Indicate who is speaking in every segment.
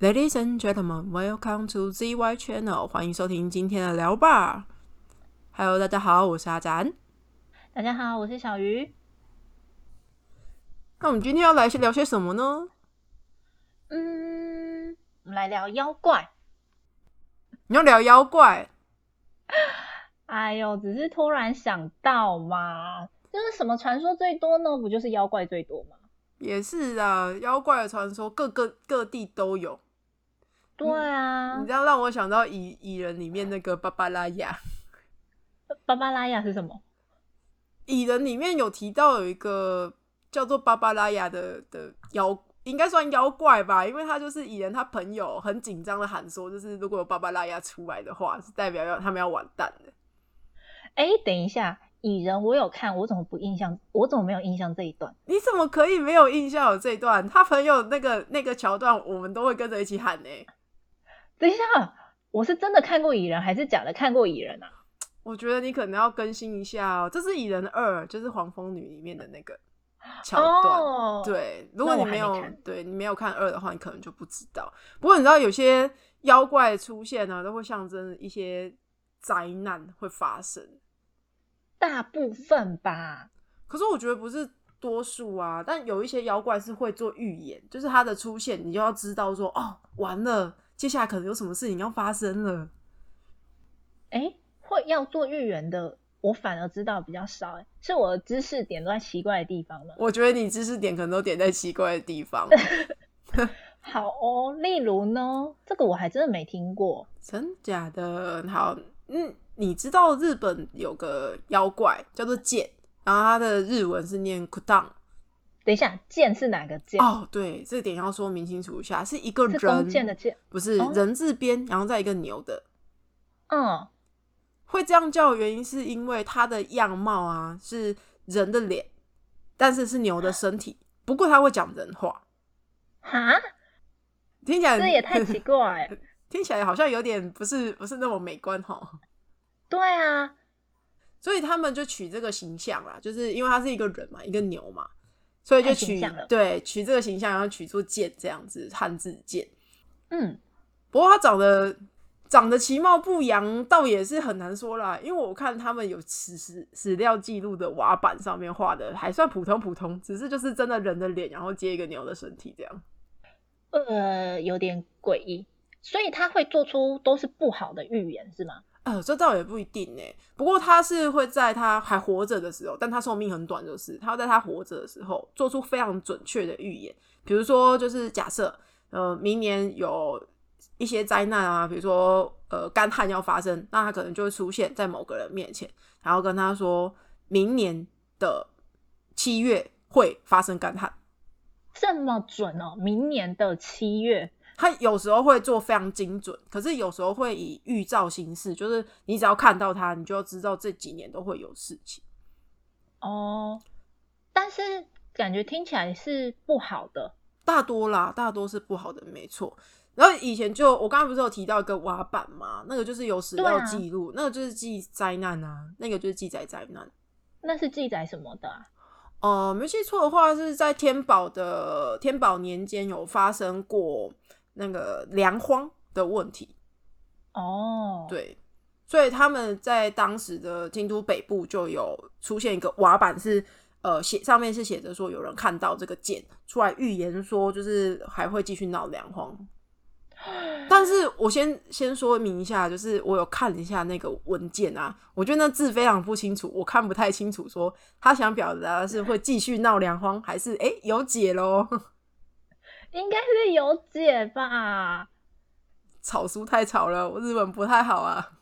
Speaker 1: Ladies and gentlemen, welcome to ZY Channel，欢迎收听今天的聊吧。Hello，大家好，我是阿展。
Speaker 2: 大家好，我是小鱼。
Speaker 1: 那我们今天要来些聊些什么呢？
Speaker 2: 嗯，我们来聊妖怪。
Speaker 1: 你要聊妖怪？
Speaker 2: 哎呦，只是突然想到嘛，就是什么传说最多呢？不就是妖怪最多吗？
Speaker 1: 也是啊，妖怪的传说各个各地都有。
Speaker 2: 对啊
Speaker 1: 嗯你，这样让我想到蚁蚁人里面那个芭芭拉雅，
Speaker 2: 芭芭拉雅是什么？
Speaker 1: 蚁人里面有提到有一个叫做芭芭拉雅的的妖。应该算妖怪吧，因为他就是蚁人，他朋友很紧张的喊说，就是如果有芭芭拉雅出来的话，是代表要他们要完蛋的。
Speaker 2: 哎，等一下，蚁人我有看，我怎么不印象？我怎么没有印象这一段？
Speaker 1: 你怎么可以没有印象有这一段？他朋友那个那个桥段，我们都会跟着一起喊欸呢、
Speaker 2: 等一下，我是真的看过蚁人，还是假的看过蚁人啊？
Speaker 1: 我觉得你可能要更新一下哦，这是《蚁人二》，就是黄蜂女里面的那个桥段。
Speaker 2: 哦，，
Speaker 1: 对，如果你没
Speaker 2: 那我
Speaker 1: 有
Speaker 2: 还没看
Speaker 1: 对你没有看二的话，你可能就不知道。不过你知道有些妖怪出现呢、都会象征一些灾难会发生。
Speaker 2: 大部分吧。
Speaker 1: 可是我觉得不是多数啊，但有一些妖怪是会做预言，就是它的出现，你就要知道说，哦，完了，接下来可能有什么事情要发生了。
Speaker 2: 哎，会要做预言的，我反而知道比较少。诶是我的知识点都在奇怪的地方吗？
Speaker 1: 我觉得你知识点可能都点在奇怪的地 方，
Speaker 2: 好哦，例如呢，这个我还真的没听过。
Speaker 1: 真假的？好，嗯，你知道日本有个妖怪叫做剑，然后它的日文是念 kudan。
Speaker 2: 等一下，剑是哪个剑？
Speaker 1: 哦，对，这点要说明清楚一下，是一个
Speaker 2: 是弓箭的
Speaker 1: 人，
Speaker 2: 箭。
Speaker 1: 不是
Speaker 2: 哦
Speaker 1: 人字边，然后再一个牛的。
Speaker 2: 嗯，
Speaker 1: 会这样叫的原因是因为它的样貌啊是人的脸，但是是牛的身体，不过它会讲人话，
Speaker 2: 哈，
Speaker 1: 听起来
Speaker 2: 这也太奇怪了。
Speaker 1: 听起来好像有点不是不是那么美观哈。
Speaker 2: 对啊，
Speaker 1: 所以他们就取这个形象啦，就是因为他是一个人嘛，一个牛嘛，所以就
Speaker 2: 太形
Speaker 1: 取
Speaker 2: 象了
Speaker 1: 对取这个形象，然后取作剑这样子，汉字剑。
Speaker 2: 嗯，
Speaker 1: 不过他长得长得其貌不扬，倒也是很难说啦，因为我看他们有史史史料记录的瓦板上面画的还算普通普通，只是就是真的人的脸，然后接一个牛的身体这样。
Speaker 2: 呃，有点诡异。所以他会做出都是不好的预言，是吗？
Speaker 1: 呃，这倒也不一定呢。不过他是会在他还活着的时候，但他寿命很短，就是他要在他活着的时候做出非常准确的预言。比如说，就是假设呃，明年有一些灾难啊，比如说呃干旱要发生，那他可能就会出现在某个人面前，然后跟他说明年的七月会发生干旱。
Speaker 2: 这么准哦，明年的七月。
Speaker 1: 他有时候会做非常精准，可是有时候会以预兆形式，就是你只要看到他，你就要知道这几年都会有事情。
Speaker 2: 哦，但是感觉听起来是不好的。
Speaker 1: 大多啦，大多是不好的，没错。然后以前就我刚刚不是有提到一个瓦版嘛，那个就是有史料
Speaker 2: 对啊
Speaker 1: 记录，那个就是记灾难啊，那个就是记载灾难。
Speaker 2: 那是记载什么的啊？
Speaker 1: 呃，没记错的话，是在天宝的天宝年间有发生过那个粮荒的问题，
Speaker 2: 哦，，
Speaker 1: 对，所以他们在当时的京都北部就有出现一个瓦板是。呃，写上面是写着说有人看到这个剑出来预言说，就是还会继续闹粮荒，但是我先先说明一下，就是我有看一下那个文件啊，我觉得那字非常不清楚，我看不太清楚，说他想表达的是会继续闹粮荒，还是诶有解喽？
Speaker 2: 应该是有解吧。
Speaker 1: 草书太吵了，我日文不太好啊。。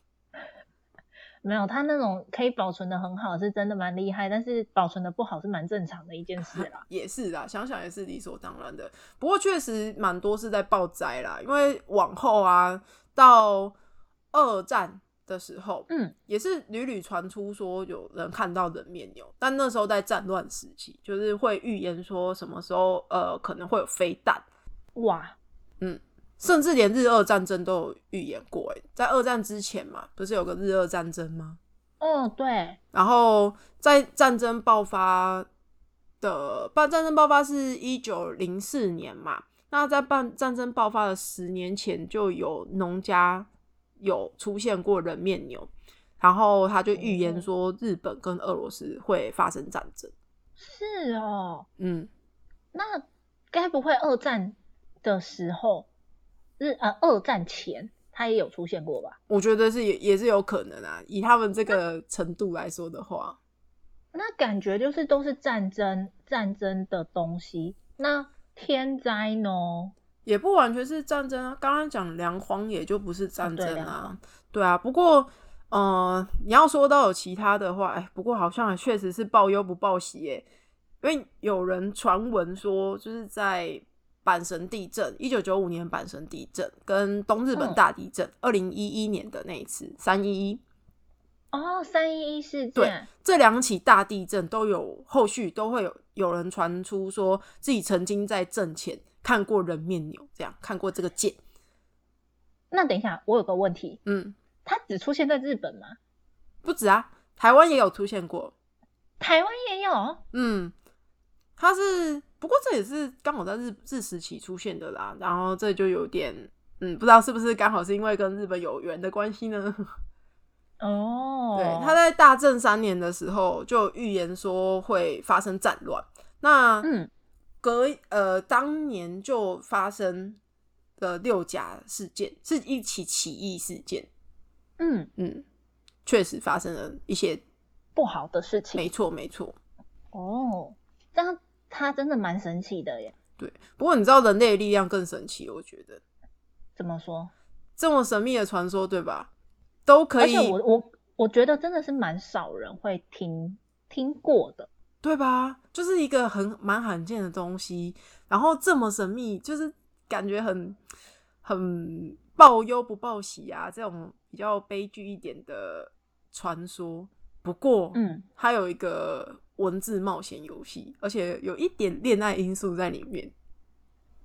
Speaker 2: 没有，它那种可以保存的很好，是真的蛮厉害，但是保存的不好是蛮正常的一件事啦
Speaker 1: 也是啦，想想也是理所当然的。不过确实蛮多是在报灾啦，因为往后啊，到二战的时候，
Speaker 2: 嗯，
Speaker 1: 也是屡屡传出说有人看到人面牛，但那时候在战乱时期，就是会预言说什么时候呃可能会有飞弹，
Speaker 2: 哇，
Speaker 1: 甚至连日俄战争都有预言过。诶，在二战之前嘛，不是有个日俄战争吗？
Speaker 2: 哦，对，
Speaker 1: 然后在战争爆发的，爆战争爆发是一九零四年嘛，那在办战争爆发的十年前，就有农家有出现过人面牛，然后他就预言说日本跟俄罗斯会发生战争。
Speaker 2: 是哦，
Speaker 1: 嗯，
Speaker 2: 那该不会二战的时候，日呃二战前它也有出现过吧？
Speaker 1: 我觉得是也也是有可能啊。以他们这个程度来说的话，
Speaker 2: 那感觉就是都是战争战争的东西。那天灾呢？
Speaker 1: 也不完全是战争啊。刚刚讲粮荒也就不是战
Speaker 2: 对
Speaker 1: 争
Speaker 2: 粮
Speaker 1: 啊
Speaker 2: 荒，
Speaker 1: 对啊。不过，呃，你要说到有其他的话，哎，不过好像也确实是报忧不报喜耶，因为有人传闻说，就是在阪神地震，一九九五年阪神地震跟东日本
Speaker 2: 嗯
Speaker 1: 大地震，二零一一年的那一次三一一。
Speaker 2: 哦，三一一事
Speaker 1: 对
Speaker 2: 件，
Speaker 1: 这两起大地震都有后续都会有有人传出说自己曾经在震前看过人面牛，这样看过这个剑，
Speaker 2: 那等一下，我有个问题，
Speaker 1: 嗯，
Speaker 2: 它只出现在日本吗？
Speaker 1: 不止啊，台湾也有出现过，
Speaker 2: 台湾也有？
Speaker 1: 嗯，它是不过这也是刚好在日日时期出现的啦，然后这就有点嗯，不知道是不是刚好是因为跟日本有缘的关系呢？
Speaker 2: 哦，
Speaker 1: 对，他在大正三年的时候就预言说会发生战乱，那
Speaker 2: 嗯，
Speaker 1: 隔呃当年就发生的六甲事件是一起起义事件，
Speaker 2: 嗯
Speaker 1: 嗯，确实发生了一些，
Speaker 2: 不好的事情
Speaker 1: 没错没错，
Speaker 2: 哦，这样它真的蛮神奇的耶。
Speaker 1: 对。不过你知道人类的力量更神奇，我觉得
Speaker 2: 怎么说？
Speaker 1: 这么神秘的传说，对吧？都可
Speaker 2: 而
Speaker 1: 以
Speaker 2: 且，我我我觉得真的是蛮少人会听听过的。
Speaker 1: 对吧？就是一个很蛮罕见的东西，然后这么神秘，就是感觉很很报忧不报喜啊，这种比较悲剧一点的传说。不过，
Speaker 2: 嗯，
Speaker 1: 它有一个文字冒险游戏，而且有一点恋爱因素在里面。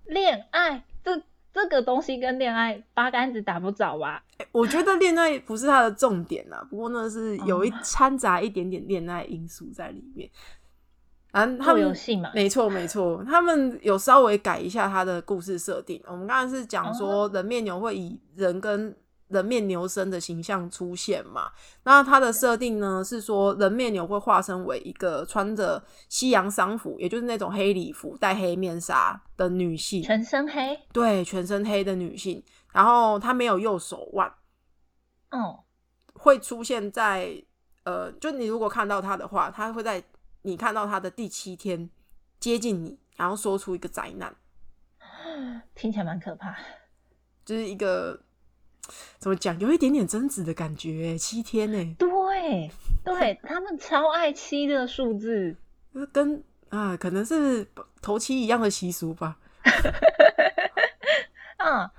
Speaker 2: 恋爱这这个东西跟恋爱八竿子打不着啊吧？
Speaker 1: 诶我觉得恋爱不是它的重点 啦，不过那是有
Speaker 2: 嗯
Speaker 1: 一掺杂一点点恋爱因素在里面。啊，他
Speaker 2: 做
Speaker 1: 们
Speaker 2: 游戏嘛。
Speaker 1: 没错，没错，他们有稍微改一下他的故事设定。我们刚才是讲说
Speaker 2: 哦
Speaker 1: 人面牛会以人跟人面牛身的形象出现嘛？那它的设定呢是说人面牛会化身为一个穿着西洋丧服，也就是那种黑礼服、戴黑面纱的女性，
Speaker 2: 全身黑，
Speaker 1: 对，全身黑的女性。然后她没有右手腕，
Speaker 2: 哦，
Speaker 1: 会出现在呃，就你如果看到他的话，他会在你看到他的第七天接近你，然后说出一个灾难，
Speaker 2: 听起来蛮可怕。
Speaker 1: 就是一个怎么讲，有一点点贞子的感觉耶，七天欸呢，
Speaker 2: 对， 对他们超爱七的数字，
Speaker 1: 就是跟啊，可能是头七一样的习俗吧。
Speaker 2: 嗯，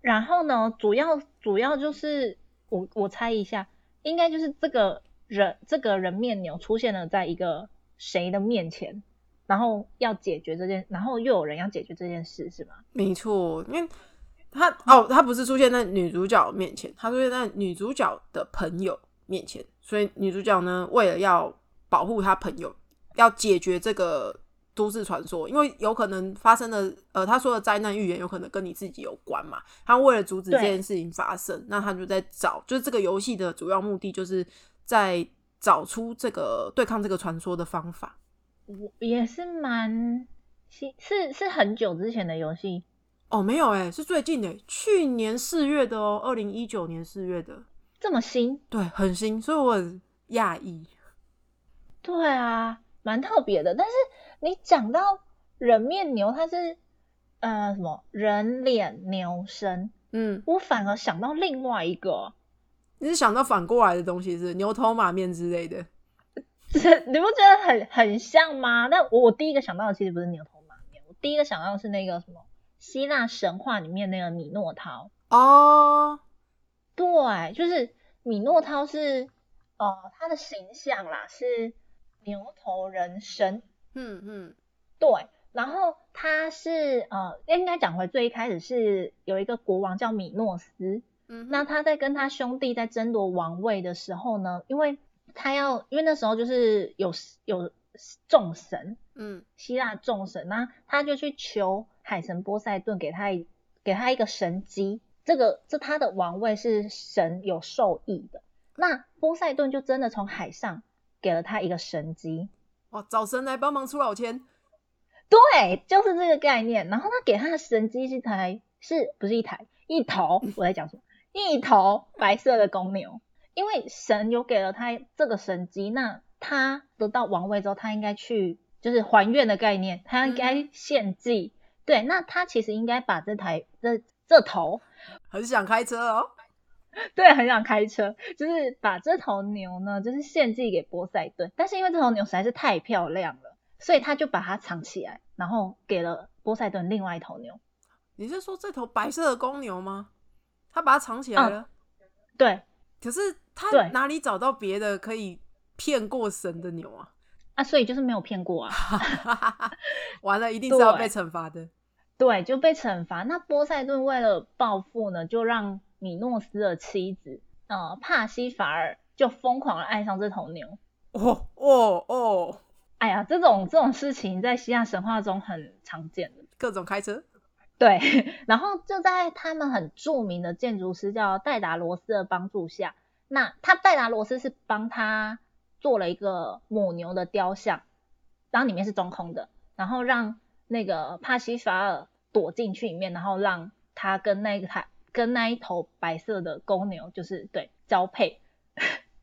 Speaker 2: 然后呢，主要主要就是我我猜一下，应该就是这个人这个人面牛出现了在一个谁的面前，然后要解决这件，然后又有人要解决这件事，是吗？
Speaker 1: 没错，因为他哦，他不是出现在女主角面前，他出现在女主角的朋友面前，所以女主角呢，为了要保护她朋友，要解决这个都市传说，因为有可能发生的呃，他说的灾难预言有可能跟你自己有关嘛。他为了阻止这
Speaker 2: 对
Speaker 1: 件事情发生，那他就在找，就是这个游戏的主要目的就是在找出这个对抗这个传说的方法。
Speaker 2: 我也是蛮新，是是很久之前的游戏
Speaker 1: 哦，没有哎、是最近的，去年四月的哦，二零一九年四月的。
Speaker 2: 这么新，
Speaker 1: 对，很新，所以我很讶异。
Speaker 2: 对啊，蛮特别的。但是你讲到人面牛，它是呃什么人脸牛身，
Speaker 1: 嗯，
Speaker 2: 我反而想到另外一个，
Speaker 1: 你是想到反过来的东西是不是牛头马面之类的？
Speaker 2: 这 你不觉得很很像吗？但我我第一个想到的其实不是牛头马面，我第一个想到的是那个什么希腊神话里面那个米诺陶。
Speaker 1: 哦，
Speaker 2: 对，就是米诺陶是呃他的形象啦是牛头人身，
Speaker 1: 嗯嗯，
Speaker 2: 对，然后他是呃，应该讲回最一开始是有一个国王叫米诺斯，
Speaker 1: 嗯
Speaker 2: 那他在跟他兄弟在争夺王位的时候呢，因为他要，因为那时候就是有有众神，
Speaker 1: 嗯
Speaker 2: 希腊众神，那他就去求海神波塞顿给他一给他一个神机，这个这他的王位是神有授意的。那波塞顿就真的从海上给了他一个神机，
Speaker 1: 哇，找神来帮忙出老千，
Speaker 2: 对，就是这个概念。然后他给他的神机是一台，是不是一台？一头，我在讲什么？一头白色的公牛，因为神有给了他这个神机，那他得到王位之后，他应该去就是还愿的概念，他应该献祭。对，那他其实应该把这台这这头，
Speaker 1: 很想开车哦。
Speaker 2: 对，很想开车，就是把这头牛呢，就是献祭给波塞顿。但是因为这头牛实在是太漂亮了，所以他就把它藏起来，然后给了波塞顿另外一头牛。
Speaker 1: 你是说这头白色的公牛吗？他把它藏起来了，
Speaker 2: 对
Speaker 1: 可是他
Speaker 2: 对
Speaker 1: 哪里找到别的可以骗过神的牛啊？
Speaker 2: 啊，所以就是没有骗过啊。
Speaker 1: 完了，一定是要被
Speaker 2: 对
Speaker 1: 惩罚的。
Speaker 2: 对，就被惩罚。那波塞顿为了报复呢，就让米诺斯的妻子呃帕西法尔就疯狂的爱上这头牛。
Speaker 1: 哦哦哦，
Speaker 2: 哎呀，这种这种事情在希腊神话中很常见的。
Speaker 1: 各种开车，
Speaker 2: 对， 然后就在他们很著名的建筑师叫戴达罗斯的帮助下，那他戴达罗斯是帮他做了一个母牛的雕像，然后里面是中空的，然后让那个帕西法尔躲进去里面，然后让他跟那个他跟那一头白色的公牛就是对交配，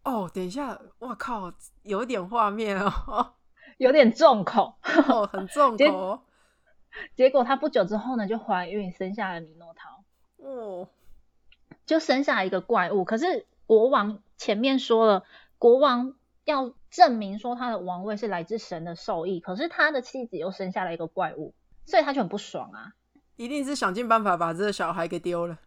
Speaker 1: 哦，等一下，哇靠，有点画面哦，
Speaker 2: 有点重口。
Speaker 1: 哦，很重
Speaker 2: 结
Speaker 1: 口哦
Speaker 2: 结果他不久之后呢就怀孕生下了米诺陶。
Speaker 1: 哦，
Speaker 2: 就生下一个怪物。可是国王前面说了，国王要证明说他的王位是来自神的授意，可是他的妻子又生下了一个怪物，所以他就很不爽啊，
Speaker 1: 一定是想尽办法把这个小孩给丢了。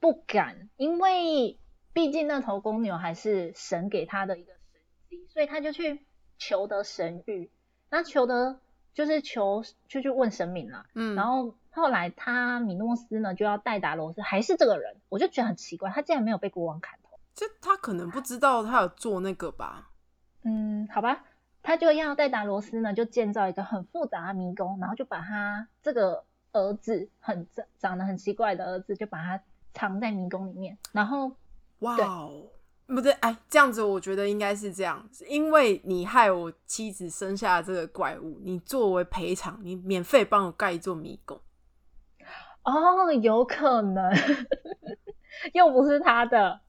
Speaker 2: 不敢，因为毕竟那头公牛还是神给他的一个神迹，所以他就去求得神谕，那求得就是求就去问神明啦、
Speaker 1: 嗯，
Speaker 2: 然后后来他米诺斯呢就要代达罗斯，还是这个人，我就觉得很奇怪，他竟然没有被国王砍头。
Speaker 1: 就他可能不知道他有做那个吧。
Speaker 2: 嗯，好吧，他就要戴达罗斯呢，就建造一个很复杂的迷宫，然后就把他这个儿子很长长得很奇怪的儿子，就把他藏在迷宫里面。然后
Speaker 1: 哇
Speaker 2: 对
Speaker 1: 哦，不对，哎，这样子我觉得应该是这样，是因为你害我妻子生下这个怪物，你作为赔偿，你免费帮我盖一座迷宫。
Speaker 2: 哦，有可能 又不是他的，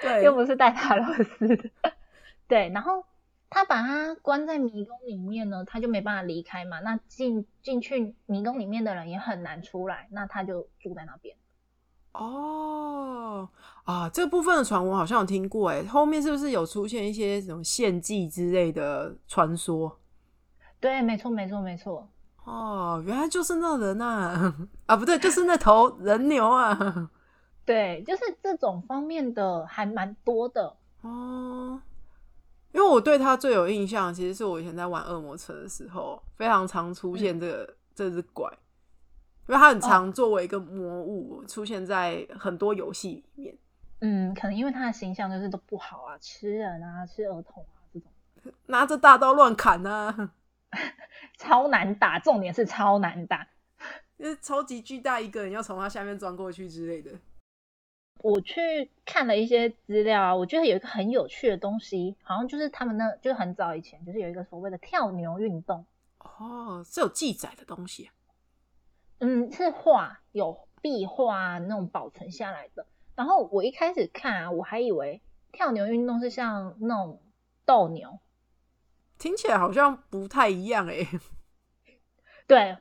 Speaker 1: 对
Speaker 2: 又不是戴塔罗斯的， 对，然后他把他关在迷宫里面呢，他就没办法离开嘛。那进进去迷宫里面的人也很难出来，那他就住在那边。
Speaker 1: 哦啊，这部分的传闻好像有听过，哎，后面是不是有出现一些什么献祭之类的传说？
Speaker 2: 对，没错，没错，没错。
Speaker 1: 哦，原来就是那人啊！啊，不对，就是那头人牛啊！
Speaker 2: 对，就是这种方面的还蛮多的。
Speaker 1: 哦，因为我对他最有印象，其实是我以前在玩恶魔城的时候，非常常出
Speaker 2: 嗯
Speaker 1: 现这个、这只怪，因为它
Speaker 2: 哦
Speaker 1: 很常作为一个魔物、出现在很多游戏里面。
Speaker 2: 嗯，可能因为他的形象就是都不好啊，吃人啊，吃儿童啊这种，
Speaker 1: 拿着大刀乱砍啊，
Speaker 2: 超难打。重点是超难打。
Speaker 1: 就是超级巨大一个人要从他下面钻过去之类的。
Speaker 2: 我去看了一些资料啊，我觉得有一个很有趣的东西，好像就是他们那，就是很早以前，就是有一个所谓的跳牛运动，
Speaker 1: 哦，是有记载的东西啊、
Speaker 2: 嗯，是画有壁画啊那种保存下来的。然后我一开始看啊，我还以为跳牛运动是像那种斗牛，
Speaker 1: 听起来好像不太一样哎、
Speaker 2: 对，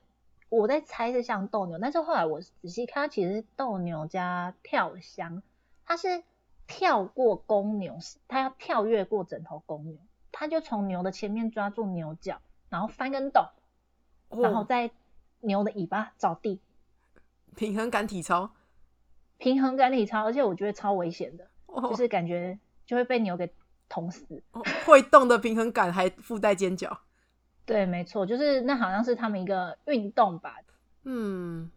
Speaker 2: 我在猜是像斗牛，但是后来我仔细看，它其实是斗牛加跳箱，它是跳过公牛，它要跳跃过整头公牛，它就从牛的前面抓住牛角，然后翻跟斗，然后
Speaker 1: 哦，
Speaker 2: 在牛的尾巴着地，
Speaker 1: 平衡感体操，
Speaker 2: 平衡感体操，而且我觉得超危险的，
Speaker 1: 哦
Speaker 2: 就是感觉就会被牛给捅死。
Speaker 1: 哦会动的平衡感还附带尖角。
Speaker 2: 对，没错，就是那好像是他们一个运动吧，
Speaker 1: 嗯，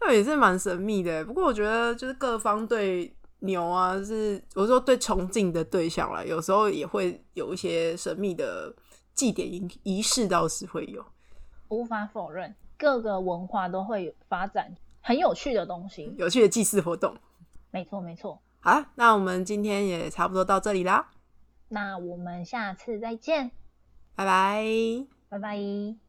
Speaker 1: 那也是蛮神秘的。欸不过我觉得，就是各方对牛啊，就是我说对崇敬的对象啦，有时候也会有一些神秘的祭典仪仪式，倒是会有。
Speaker 2: 无法否认。各个文化都会有发展很有趣的东西。
Speaker 1: 有趣的祭祀活动。
Speaker 2: 没错，没错。
Speaker 1: 好啦，那我们今天也差不多到这里啦，
Speaker 2: 那我们下次再见，
Speaker 1: 拜拜。
Speaker 2: 拜拜。